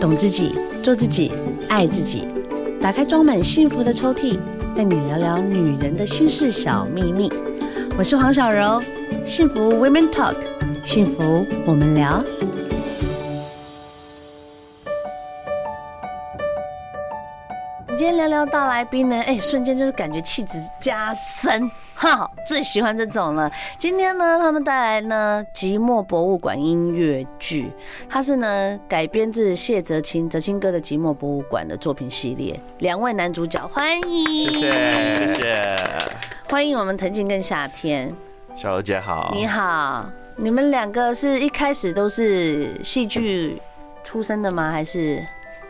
懂自己，做自己，爱自己。打开装满幸福的抽屉，带你聊聊女人的心事小秘密。我是黄小柔，幸福 Women Talk，幸福我们聊。今天聊聊大来宾呢，哎，瞬间就是感觉气质加深，哈，最喜欢这种了。今天呢，他们带来呢《寂寞博物馆》音乐剧，它是呢改编自谢哲青哲青哥的《寂寞博物馆》的作品系列。两位男主角，欢迎，谢谢谢谢，欢迎我们藤井跟夏天，小柔姐好。你好，你们两个是一开始都是戏剧出身的吗？还是？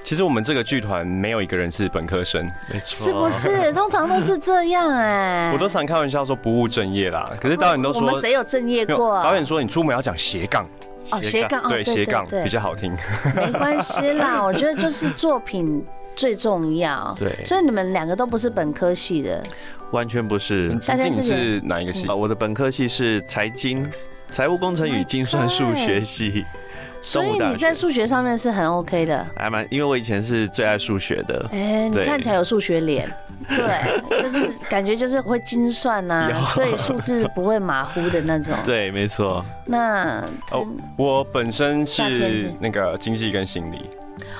其实我们这个剧团没有一个人是本科生，没是不？是？通常都是这样哎、哦 我都常开玩笑说不务正业啦。可是导演都哦我说们，谁有正业没有过啊？导演说你出门要讲斜杠，哦，斜杠哦，对斜杠对比较好听。 没关系 啦。我觉得就是作品最重要。对所以你们两个都不是本科系的，完全不是。夏天嗯你之前是哪一个系啊，？我的本科系是财经、财务工程与精算数学系，所以动物大你在学数学上面是很 OK 的。还蛮，因为我以前是最爱数学的。哎、你对看起来有数学 脸，对，就是感觉就是会精算呐、啊，对数字不会马虎的那 种。对，没错。那哦，我本身夏天是是那个经济跟心理，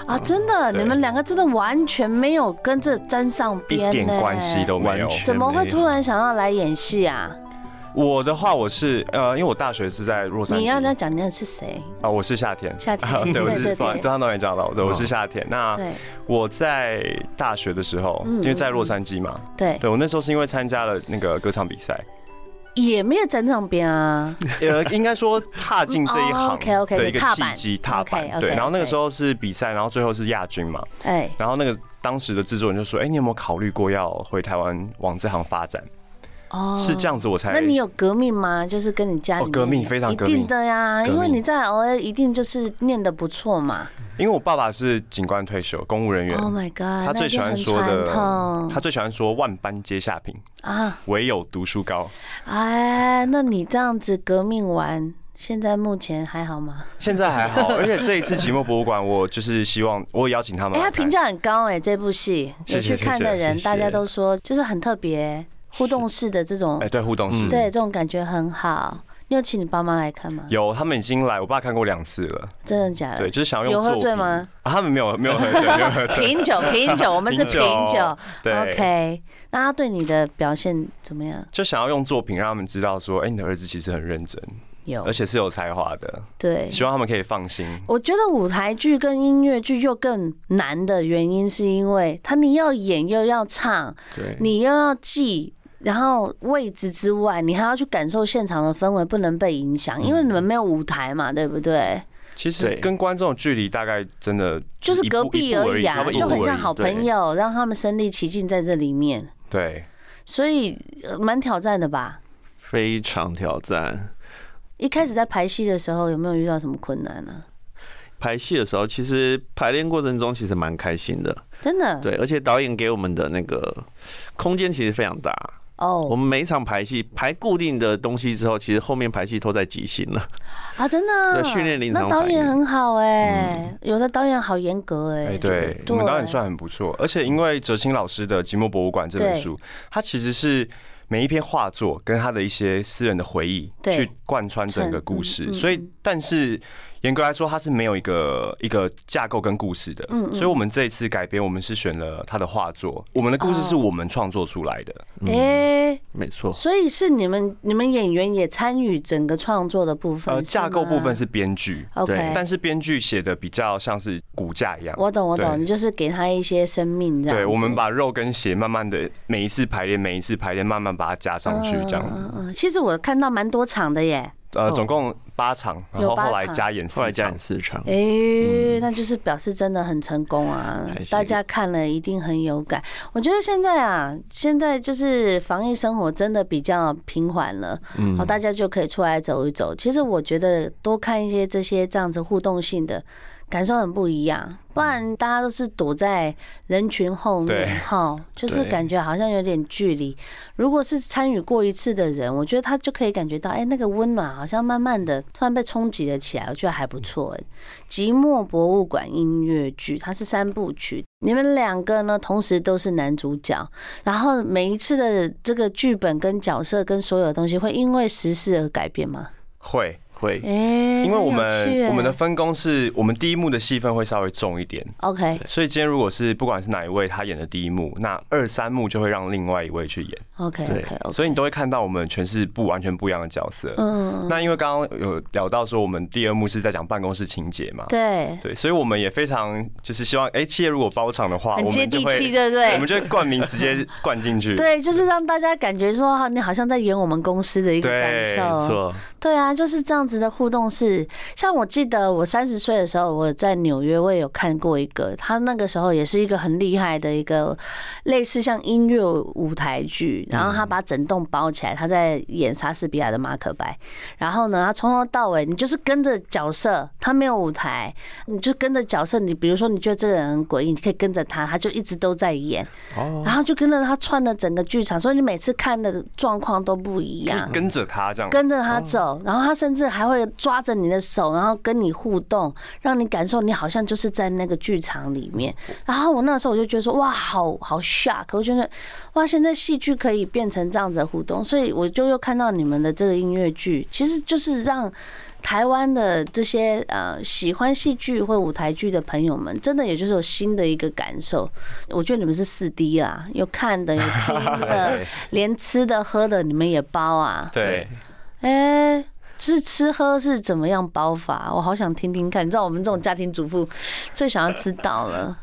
啊，真的，对你们两个真的完全没有跟这沾上一边呢，点关系都没有完。全怎么会没有突然想要来演戏啊？我的话，我是呃，因为我大学是在洛杉你要矶那讲你是谁？啊，我是夏天。夏天啊，对，我对对是对，对刚刚导演讲到，对，我是夏天。那对我在大学的时候，嗯因为在洛杉矶嘛，对，对我那时候是因为参加了那个歌唱比赛，也没有沾上边啊。呃，应该说踏进这一哦行，OK，OK，的一个踏契板机，踏板 OK，OK，对。然后那个 OK 时候是比赛，然后最后是亚军嘛。哎，然后那个当时的制作人就说：“哎，你有没有考虑过要回台湾往这行发展？”哦，是这。样子，我才那你有革命吗？就是跟你家里面哦革命非常一革命定的呀，革命因为你在 LA 一定就是念的不错嘛。因为我爸爸是警官退休，公务人员， Oh my god，他最喜欢说那一的定很传，他统最喜欢说“万般皆下品，啊，唯有读书高哎，那你这样子革命完，现在目前还好吗？”。现在 还好，而且这一次寂寞博物馆，我就是希望我也邀请他们哎、来他看。评价很高哎、这部戏谢有谢去看的人，谢谢大家都说就是很特别，互动式的这种，哎，对，互动是嗯对这种感觉很好。你有请你爸妈来看吗？有，他们已经来，我爸看过两次了。真的假的？对，就是想要呃有用喝作醉品吗？啊，他们没有没有喝醉，没 有喝醉。品 酒，品酒，我们是品品酒酒。对 OK，那他对你的表现怎么样？就想要用作品让他们知道说，哎、你的儿子其实很认真，有而且是有才华的，对，希望他们可以放心。我觉得舞台剧跟音乐剧又更难的原因，是因为他你要演又要唱， 对，你又要记，然后位置之外，你还要去感受现场的氛围，不能被影嗯响，因为你们没有舞台嘛，对不对？其实对跟观众的距离大概真的就是一步隔壁一步而而已差啊不，多就一步很而像已好朋友，让他们身临其境在这里面，对，所以呃蛮挑战的吧。非常挑战。一开始在排戏的时候，有没有遇到什么困难啊呢、排戏的时候，其实排练过程中其实蛮开心的，真的，对，而且导演给我们的那个空间其实非常大。我哦们每一场排戏排固定的东西之后，其实后面排戏都在即兴了。啊，真的啊，对训练临那场导反演应很好哎，有的导演好严格嗯哎、哎，对，对我们导演算很不错，而且因为哲青老师的《寂寞博物馆》这本对书，它其实是。每一篇画作跟他的一些私人的回忆对去贯穿整个故嗯事，嗯所以但是严格来说，它是没有一个一个架构跟故事的。嗯所以我们这一次改编，我们是选了他的画作，我们的故事哦是我们创作出来的。哎，没错，所以是你们你们演员也参与整个创作的部分，呃，是架构部分吗是编剧， OK，对但是编剧写的比较像是骨架一样。我懂我对懂，你就是给他一些生命这样子。对，我们把肉跟血慢慢的每一次排练，每一次排练慢慢把它加上去，这样。嗯嗯嗯，其实我看到蛮多场的耶，呃，总共八场，然有后八后来场加演后来四加场演。四场，哎、那就是表示真的很成功啊嗯还！行大家看了一定很有感。我觉得现在啊，现在就是防疫生活真的比较平缓了，嗯好，大家就可以出来走一走。其实我觉得多看一些这些这样子互动性的。感受很不一样，不然大家都是躲在人群后面对，哈，就是对感觉好像有点距离。如果是参与过一次的人，我觉得他就可以感觉到，哎、那个温暖好像慢慢的突然被冲击了起来，我觉得还不错哎。寂寞博物馆音乐剧，它是三部曲，你们两个呢同时都是男主角，然后每一次的这个剧本跟角色跟所有的东西会因为时事而改变吗？会。会哎、嗯因为很我有趣们哎我们的分工是我们第一幕的戏份会稍微重一点， OK 所以今天如果是不管是哪一位他演的第一幕，那二三幕就会让另外一位去演， OK 对 OK OK，所以你都会看到我们全是不完全不一样的角色。嗯，那因为刚刚有聊到说我们第二幕是在讲办公室情节嘛，对，对，所以我们也非常就是希望，哎，企业如果包场的话，很我接们就地会气，对不对？我们就会冠名 直接灌进去。对，就是让大家感觉说，哈，你好像在演我们公司的一个感对没受。错，对啊，就是这样子的互动是，像我记得我三十岁的时候，我在纽约，我也有看过一个，他那个时候也是一个很厉害的一个类似像音乐舞台剧，然后他把整栋包起来，他在演莎士比亚的《马可白》，然后呢，他从头到尾你就是跟着角色，他没有舞台，你就跟着角色，你比如说你觉得这个人很诡异，你可以跟着他，他就一直都在演，然后就跟着他串了整个剧场，所以你每次看的状况都不一样。跟着他这样，跟着他走，然后他甚至还会抓着你的手，然后跟你互动，让你感受你好像就是在那个剧场里面。然后我那时候我就觉得说，哇，好好 shock！我觉得，哇，现在戏剧可以变成这样子的互动，所以我就又看到你们的这个音乐剧，其实就是让。台湾的这些呃喜欢戏剧或舞台剧的朋友们，真的也就是有新的一个感受。我觉得你们是四 D 啦，有看的，有听 的，连吃的喝的你们也包啊。对，哎、是吃喝是怎么样包法？我好想听听看，你知道我们这种家庭主妇最想要知道了。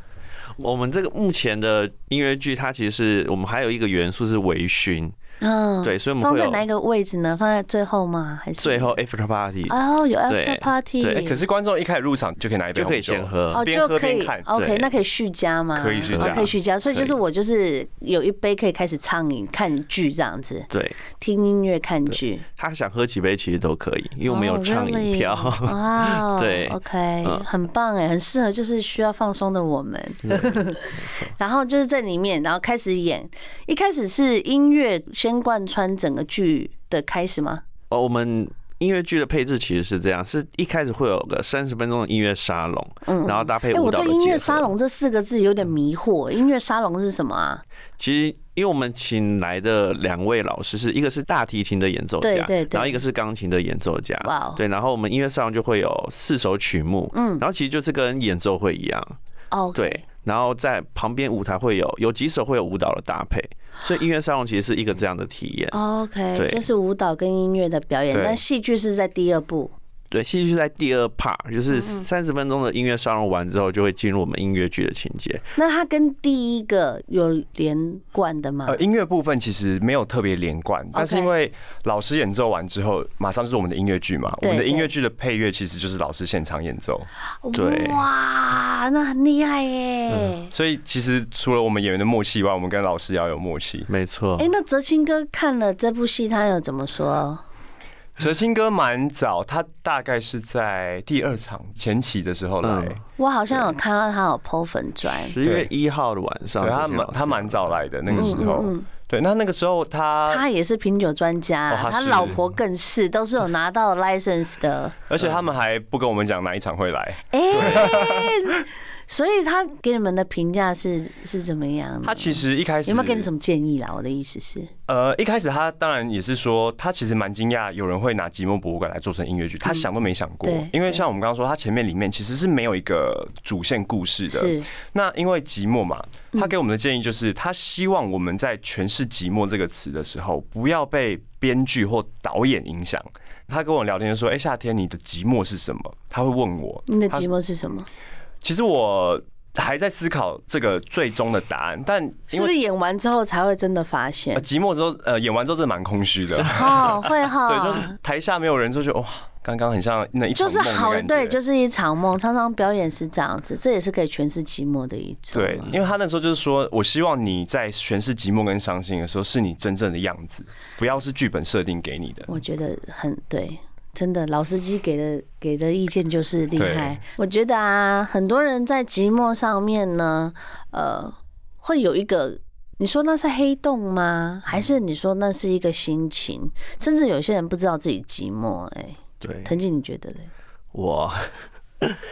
我们这个目前的音乐剧，它其实是我们还有一个元素是微醺，嗯，对，所以我们放会在有哪一个位置呢？放在最后吗？还是最后 after party，哦，有对 after party，对哎可是观众一开始入场就可以拿一杯就可以红酒先，喝哦，边就喝可以边看 OK，对那可以续加吗？可以续哦加可以续加。所以就是可以我就是有一杯可以开始畅饮、看剧这样子，对听音乐、看剧。他想喝几杯其实都可以，因为我们有畅饮票。哦哇、哦对，OK，、嗯很棒哎，很适合就是需要放松的我们。 然后就是在里面，然后开始演。一开始是音乐先贯穿整个剧的开始吗？ 哦，我们音乐剧的配置其实是这样，是一开始会有个三十分钟的音乐沙龙，然后搭配哎、舞我蹈对的音结乐沙合。龙这四个字有点迷惑，音乐沙龙是什么啊？其实，因为我们请来的两位老师是一个是大提琴的演奏家，对对对然后一个是钢琴的演奏家哇哦，对，然后我们音乐沙龙就会有四首曲目，嗯，然后其实就是跟演奏会一样，哦、对，，然后在旁边舞台会有有几首会有舞蹈的搭 配，所以音乐沙龙其实是一个这样的体验。哦 OK，对就是舞蹈跟音乐的表演，对但戏剧是在第二部。对，戏剧是在第二 part，就是嗯三十分钟的音乐沙龙完之后，就会进入我们音乐剧的情节。那它跟第一个有连贯的吗呃，？音乐部分其实没有特别连贯，但是因为老师演奏完之后，马上就是我们的音乐剧嘛。我对们的音乐剧的配乐其实就是老师现场演奏，对哇，那很厉害耶！所以其实除了我们演员的默契以外，我们跟老师也要有 默契。没错哎、，那哲青哥看了这部戏，他有怎么说？哲青哥蛮早，他大概是在第二场前期的时候来，嗯我好像有看到他有剖粉砖，十一月一号的晚上，对这他些老蛮师他蛮早来的那个时候。嗯对，那那个时候他，他也是品酒专家哦啦，他他是老婆更是，都是有拿到 license 的。而且他们还不跟我们讲哪一场会来。哎、啊所以他给你们的评价是是怎么样他的？其实一开始有没有给你什么建议啦？我的意思是，呃，一开始他当然也是说，他其实蛮惊讶有人会拿寂寞博物馆来做成音乐剧，他想都没想过对。因为像我们刚刚说，他前面里面其实是没有一个主线故事的。是那因为寂寞嘛，嗯他给我们的建议就是，他希望我们在诠释“寂寞”这个词的时候，不要被编剧或导演影响。他跟我聊天就说：“哎，夏天你的寂寞是什么？”他会问我，你的寂寞是什么？其实我还在思考这个最终的答案，但是因不为是演完之后才会真的发 现呃？寂寞之后，呃，演完之后真的蛮空虚的。哦，会哈，对，就是台下没有人，就觉得哇，刚刚很像那一场就是梦的好感觉对，就是一场梦。常常表演是这样子，这也是可以诠释寂寞的一种。对，因为他那时候就是说，我希望你在诠释寂寞跟伤心的时候，是你真正的样子，不要是剧本设定给你的。我觉得很对，真的老司机给的给的意见就是厉害。我觉得啊，很多人在寂寞上面呢，呃，会有一个。你说那是黑洞吗？还是你说那是一个心情？甚至有些人不知道自己寂寞、哎，对，藤井，你觉得嘞？我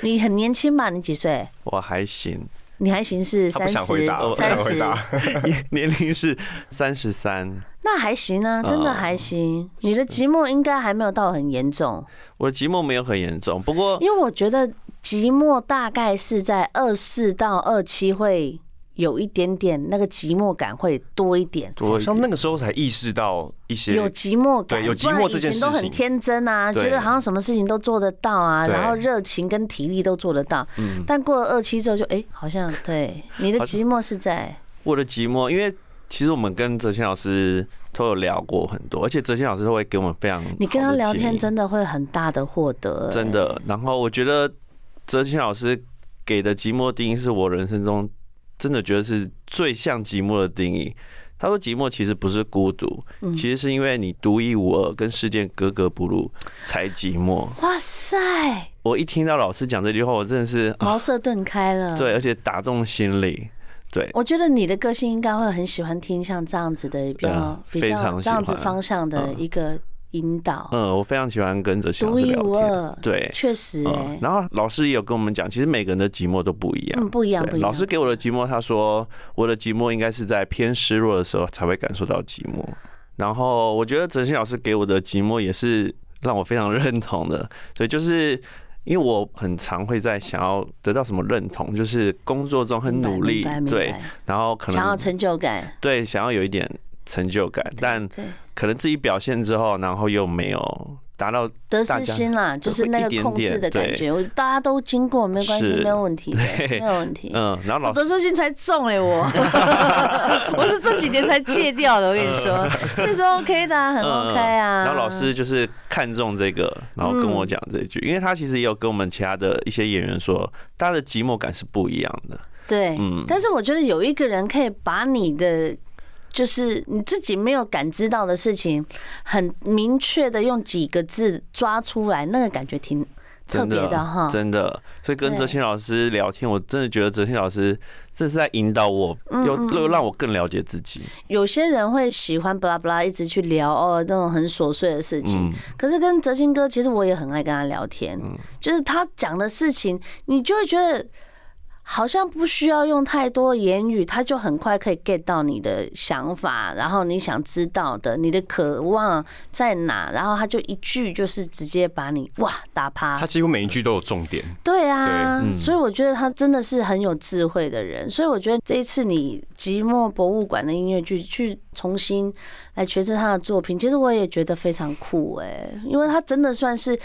你很年轻嘛？你几岁？我还行， 你还行是他三不想回十答，我不三想回十，答。年年龄是三十三，那还行啊，真的还行。你的寂寞应该还没有到很严重，我的寂寞没有很严重，不过因为我觉得寂寞大概是在二四到二七会有一点点那个寂寞感会多一点。多好像那个时候才意识到一些有寂寞感，对有寂寞不然这件以前都事情很天真啊，对觉得好像什么事情都做得到啊，对嗯然后热情跟体力都做得到。但过了二期之后就，哎，好像对你的好像寂寞是在我的寂寞，因为其实我们跟哲谦老师都有聊过很多，而且哲谦老师都会给我们非常你跟他聊天，真真的会很大的获得、真的。然后我觉得哲谦老师给的寂寞定义是我人生中真的觉得是最像寂寞的定义。他说寂寞其实不是孤独，嗯其实是因为你独一无二，跟世界格格不入才寂寞。哎。哇塞，我一听到老师讲这句话，我真的是、啊、茅塞顿开了。对，而且打中心里。对，我觉得你的个性应该会很喜欢听像这样子的比较、嗯比非较常喜欢嗯这样子方向的一个引导，嗯，我非常喜欢跟哲谦老独师一聊无天。二。对，确实、嗯哎，然后老师也有跟我们讲，其实每个人的寂寞都不一样。嗯，不一样，对不一样。老师给我的寂寞，他说我的寂寞应该是在偏失落的时候才会感受到寂寞。然后我觉得哲欣老师给我的寂寞也是让我非常认同的，所以就是因为我很常会在想要得到什么认同，就是工作中很努明力白，明白对，然后可想要能成就感，对想要有一点成就感，但对。可能自己表现之后，然后又没有达到得大失家心啦，就是会那一个点控制点的感对觉，我大家都经过，没有关系，是没有问题的，没有问题。嗯，然后我老师得失心才重哎、 我我是这几年才戒掉的，我跟你说，所以说 OK 的、啊，很嗯 OK 啊。然后老师就是看中这个，然后跟我讲这嗯句，因为他其实也有跟我们其他的一些演员说，他的寂寞感是不一样的。对，嗯但是我觉得有一个人可以把你的。就是你自己没有感知到的事情，很明确的用几个字抓出来，那个感觉挺特真啊别的哈。真的，所以跟对哲谦老师聊天，我真的觉得哲谦老师这是在引导我，嗯又又让我更了解自己。有些人会喜欢巴拉巴拉一直去聊哦那种很琐碎的事情，嗯可是跟哲兴哥，其实我也很爱跟他聊天，就是他讲的事情，你就会觉得好像不需要用太多言语，他就很快可以 get 到你的想法，然后你想知道的，你的渴望在哪，然后他就一句就是直接把你哇打趴他。几乎每一句都有重点，对啊，嗯所以我觉得他真的是很有智慧的人。所以我觉得这一次你寂寞博物馆的音乐剧去重新来诠释他的作品，其实我也觉得非常酷哎、因为他真的算是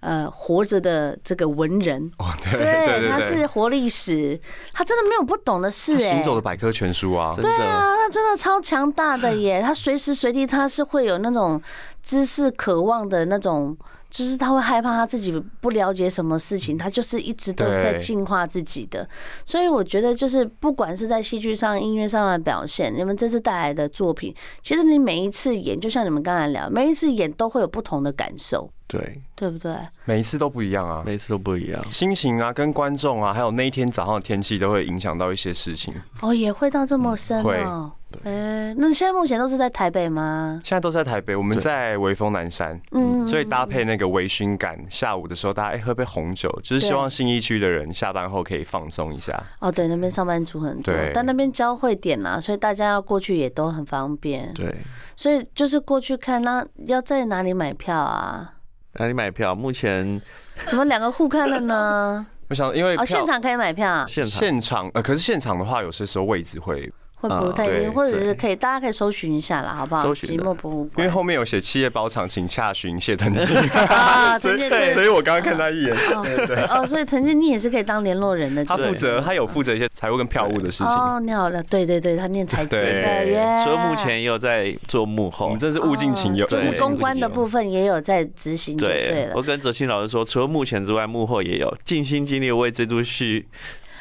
呃活着的这个文人，哦对对对他对是活历史，他真的没有不懂的事哎、行走的百科全书啊真，的，啊，他真的超强大的耶！他随时随地他是会有那种知识渴望的那种，就是他会害怕他自己不了解什么事情，他就是一直都在对进化自己的。所以我觉得，就是不管是在戏剧上、音乐上的表现，你们这次带来的作品，其实你每一次演，就像你们刚才聊，每一次演都会有不同的感受，对，对不对？每一次都不一样啊。每次都不一样。心情啊，跟观众啊，还有那一天早上的天气都会影响到一些事情。哦，也会到这么深嗯会哦。哎，那你现在目前都是在台北吗？现在都是在台北，我们在微风南山，嗯，所以搭配那个微醺感，下午的时候大家哎喝杯红酒，就是希望信义区的人下班后可以放松一下。哦，对，那边上班族很多对，但那边交汇点啦、所以大家要过去也都很方便。对，所以就是过去看，那要在哪里买票啊？那你买票？目前怎么两个互看了 呢？我想，因为哦，票现场可以买票啊，现场现场呃，可是现场的话，有些时候位置会，会不太一啊对定，或者对是可以，大家可以搜寻一下啦，好不好？搜寻寂的寞博物因为馆后面有写企业包场，请洽询谢登记， 啊，所陈建以所以我刚刚看他一眼，哦，哦所以藤建你也是可以当联络人的，他就是负责他有负责一些财务跟票务的事情。哦，你好了，对对对，他念财经的对耶，除了目前也有在做幕我后们。真是物尽其用，哦就是对公关的部分也有在执行就对对了，。我跟哲清老师说，除了幕前之外，幕后也有尽心尽力为这部戏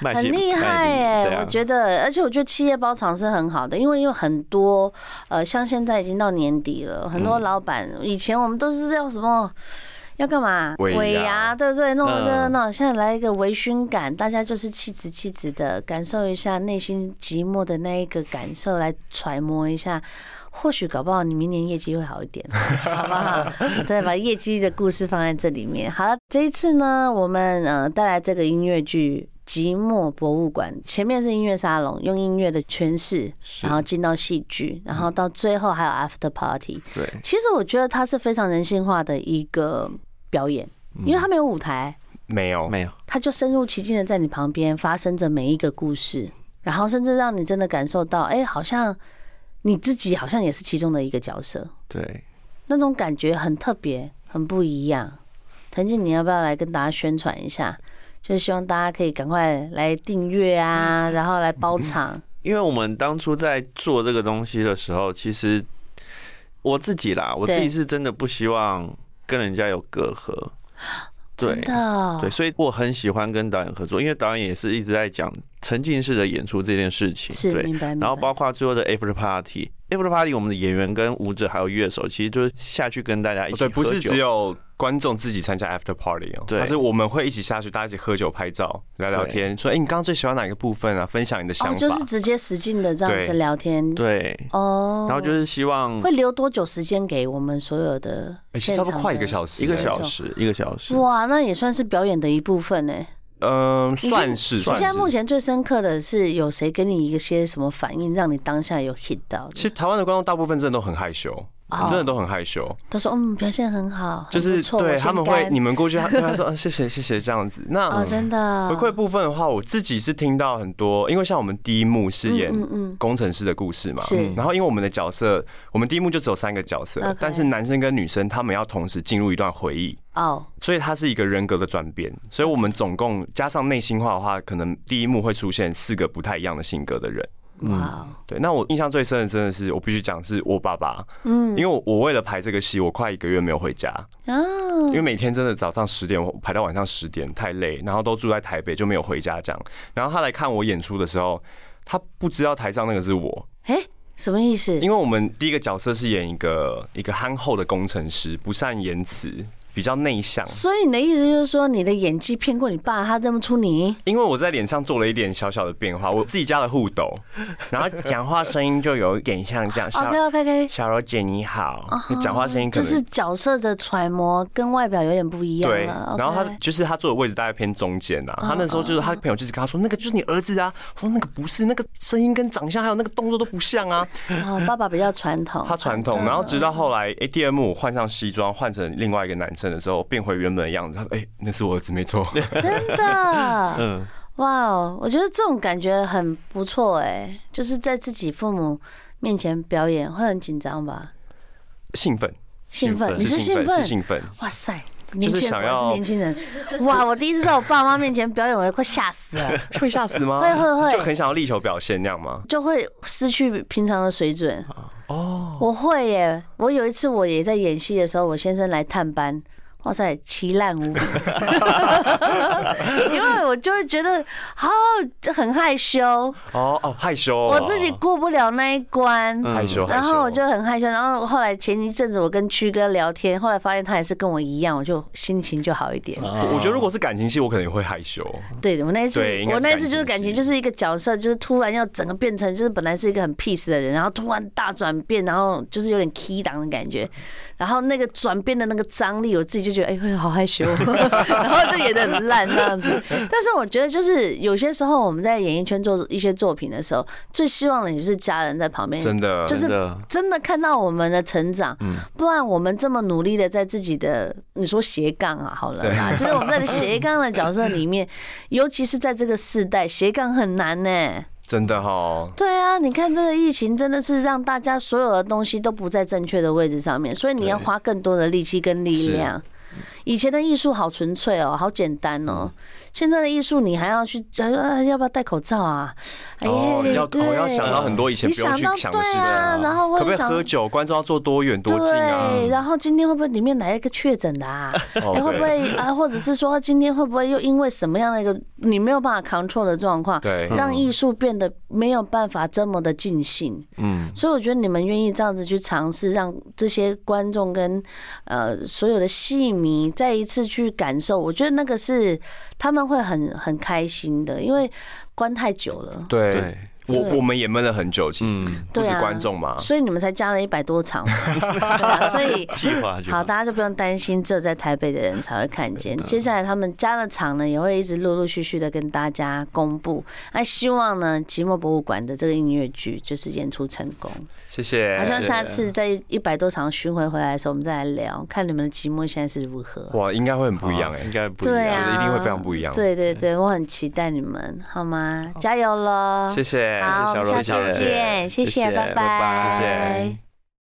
卖很心厉害卖力耶、这样我觉得，而且我觉得企业包场是很好的，因为有很多呃，像现在已经到年底了，很嗯多老板、以前我们都是要什么。要干嘛？尾牙牙对不对？弄嗯这弄，现在来一个微醺感，大家就是气质气质的感受一下内心寂寞的那一个感受，来揣摩一下。或许搞不好你明年业绩会好一点， 好不好？我再把业绩的故事放在这里面。好了，这一次呢，我们呃带来这个音乐剧。寂寞博物馆前面是音乐沙龙，用音乐的诠释，是然后进到戏剧，然后到最后还有 after party。对，其实我觉得它是非常人性化的一个表演，嗯因为它没有舞台，没有，没有，它就深入其境的在你旁边发生着每一个故事，然后甚至让你真的感受到，哎、好像你自己好像也是其中的一个角色，对，那种感觉很特别，很不一样。腾进，你要不要来跟大家宣传一下？就是希望大家可以赶快来订阅啊，嗯然后来包场。因为我们当初在做这个东西的时候，其实我自己啦，我自己是真的不希望跟人家有隔阂，对真，的哦，对，所以我很喜欢跟导演合作，因为导演也是一直在讲沉浸式的演出这件事情，是对，明白明白。然后包括最后的 after party。After Party，我们的演员跟舞者还有乐手，其实就是下去跟大家一起哦对，不喝是酒只有观众自己参加 after party 哦，对但是我们会一起下去，大家一起喝酒、拍照、聊聊天，说哎、你刚刚最喜欢哪个部分啊？分享你的想哦，法。就是直接使劲的这样子对聊天。对，哦，然后就是希望会留多久时间给我们所有的哎其现实差场不的？多快一个小时，一个哎小时，一个小时，哇，那也算是表演的一部分呢。嗯，你算是你算现在是。目前最深刻的是有谁给你一些什么反应，让你当下有 hit 到其的？实台湾的观众大部分真的都很害羞哦，真的都很害羞，他说嗯，表现很好，就很是不错对我他先们干会你们 过去，他对他说啊谢谢谢谢这样子。哦，那嗯真的回馈部分的话，我自己是听到很多，因为像我们第一幕是演嗯嗯工程师的故事嘛，是嗯然后因为我们的角色，我们第一幕就只有三个角 OK 色，但是男生跟女生他们要同时进入一段回忆，嗯，哦，所以它是一个人格的转变。所以我们总共加上内心化的话，可能第一幕会出现四个不太一样的性格的人。哇，哦对，那我印象最深的真的是，我必须讲是我爸爸，嗯因为我我为了排这个戏，我快一个月没有回家，因哦，为每天真的早上十点我排到晚上十点，太累，然后都住在台北就没有回家这样。然后他来看我演出的时候，他不知道台上那个是我，哎，什么意思？因为我们第一个角色是演一个一个憨厚的工程师，不善言辞，比较内向。所以你的意思就是说，你的演技骗过你爸，他认不出你。因为我在脸上做了一点小小的变化，我自己加了护斗，然后讲话声音就有一点像这样。小 OK OK OK，小柔姐你好，你讲话声音可哦就能是角色的揣摩跟外表有点不一样对了。，然后他 OK 哦就是他坐的位置大概偏中间啊。他那时候就是他朋友就是跟他说，那个就是你儿子啊，我说那个不是，那个声音跟长相还有那个动作都不像啊。哦，爸爸比较传统，他传嗯统，然后直到后来，哎，第二幕我换上西装，换成另外一个男生的时候，变回原本的样子。他说，哎，那是我儿子没错。真 的，嗯，哇哦，我觉得这种感觉很不错哎，就是在自己父母面前表演会很紧张吧？兴奋，兴奋，兴奋你是兴是奋？兴奋。哇塞！是年轻人想果然是要年轻人，哇！我第一次在我爸妈面前表演，我也快吓死了， 会吓死吗？会会会就很想要力求表现那样吗？就会失去平常的水准。哦，我会耶，我有一次我也在演戏的时候，我先生来探班，哇塞，奇烂无比，因为我就会觉得好很害羞，哦哦，害羞哦，我自己过不了那一关。嗯害羞，害然羞后我就很害羞，然后后来前一阵子我跟曲哥聊天，后来发现他也是跟我一样，我就心情就好一点。我我觉得如果是感情戏，我可能也会害羞。对我那一次对，应该我是那一次就是感感情情就是一个角色，就是突然要整个变成就是本来是一个很 peace 的人，然后突然大转变，然后就是有点 key 档的感觉，然后那个转变的那个张力，我自己就觉得哎会、好害 羞， 然后就演的很烂那样子。但是我觉得就是有些时候我们在演艺圈做一些作品的时候，最希望的也是家人在旁边，真的，就是真的，真的看到我们的成长，嗯不然我们这么努力的在自己的你说斜杠啊，好了啦，就是我们在斜杠的角色里面，尤其是在这个世代，斜杠很难呢、真的哈。对啊，你看这个疫情真的是让大家所有的东西都不在正确的位置上面，所以你要花更多的力气跟力量。以前的艺术好纯粹哦，好简单哦。嗯现在的艺术你还要去，啊要不要戴口罩啊？哎哦，要对哦要想到很多以前你不用想去到想对的事情啊，然后会可不可以想喝酒？观众要坐多远多近啊？对，然后今天会不会里面来一个确诊的啊？ 哦哎会对不会啊？或者是说今天会不会又因为什么样的一个你没有办法 control 的状况，对让艺术变得没有办法这么的尽兴？嗯，所以我觉得你们愿意这样子去尝试，让这些观众跟呃所有的戏迷再一次去感受，我觉得那个是他们会很很开心的，因为关太久了。对对，我对我们也闷了很久，其实嗯不对止啊观众嘛，所以你们才加了一百多场 嘛，对啊，所以计划就好，大家就不用担心，只有在台北的人才会看见。接下来他们加了场呢，也会一直陆陆续续的跟大家公布。那希望呢，寂寞博物馆的这个音乐剧就是演出成功。谢谢。好像下次在一百多场巡回回来的时候，我们再来聊，看你们的寂寞现在是如何。哇，应该会很不一样哎、应该不一对样。觉啊，得一定会非常不一样嗯对对对，我很期待你们，好吗？加油喽！谢谢，好，我们谢下谢小柔次姐见，谢谢谢拜拜拜谢谢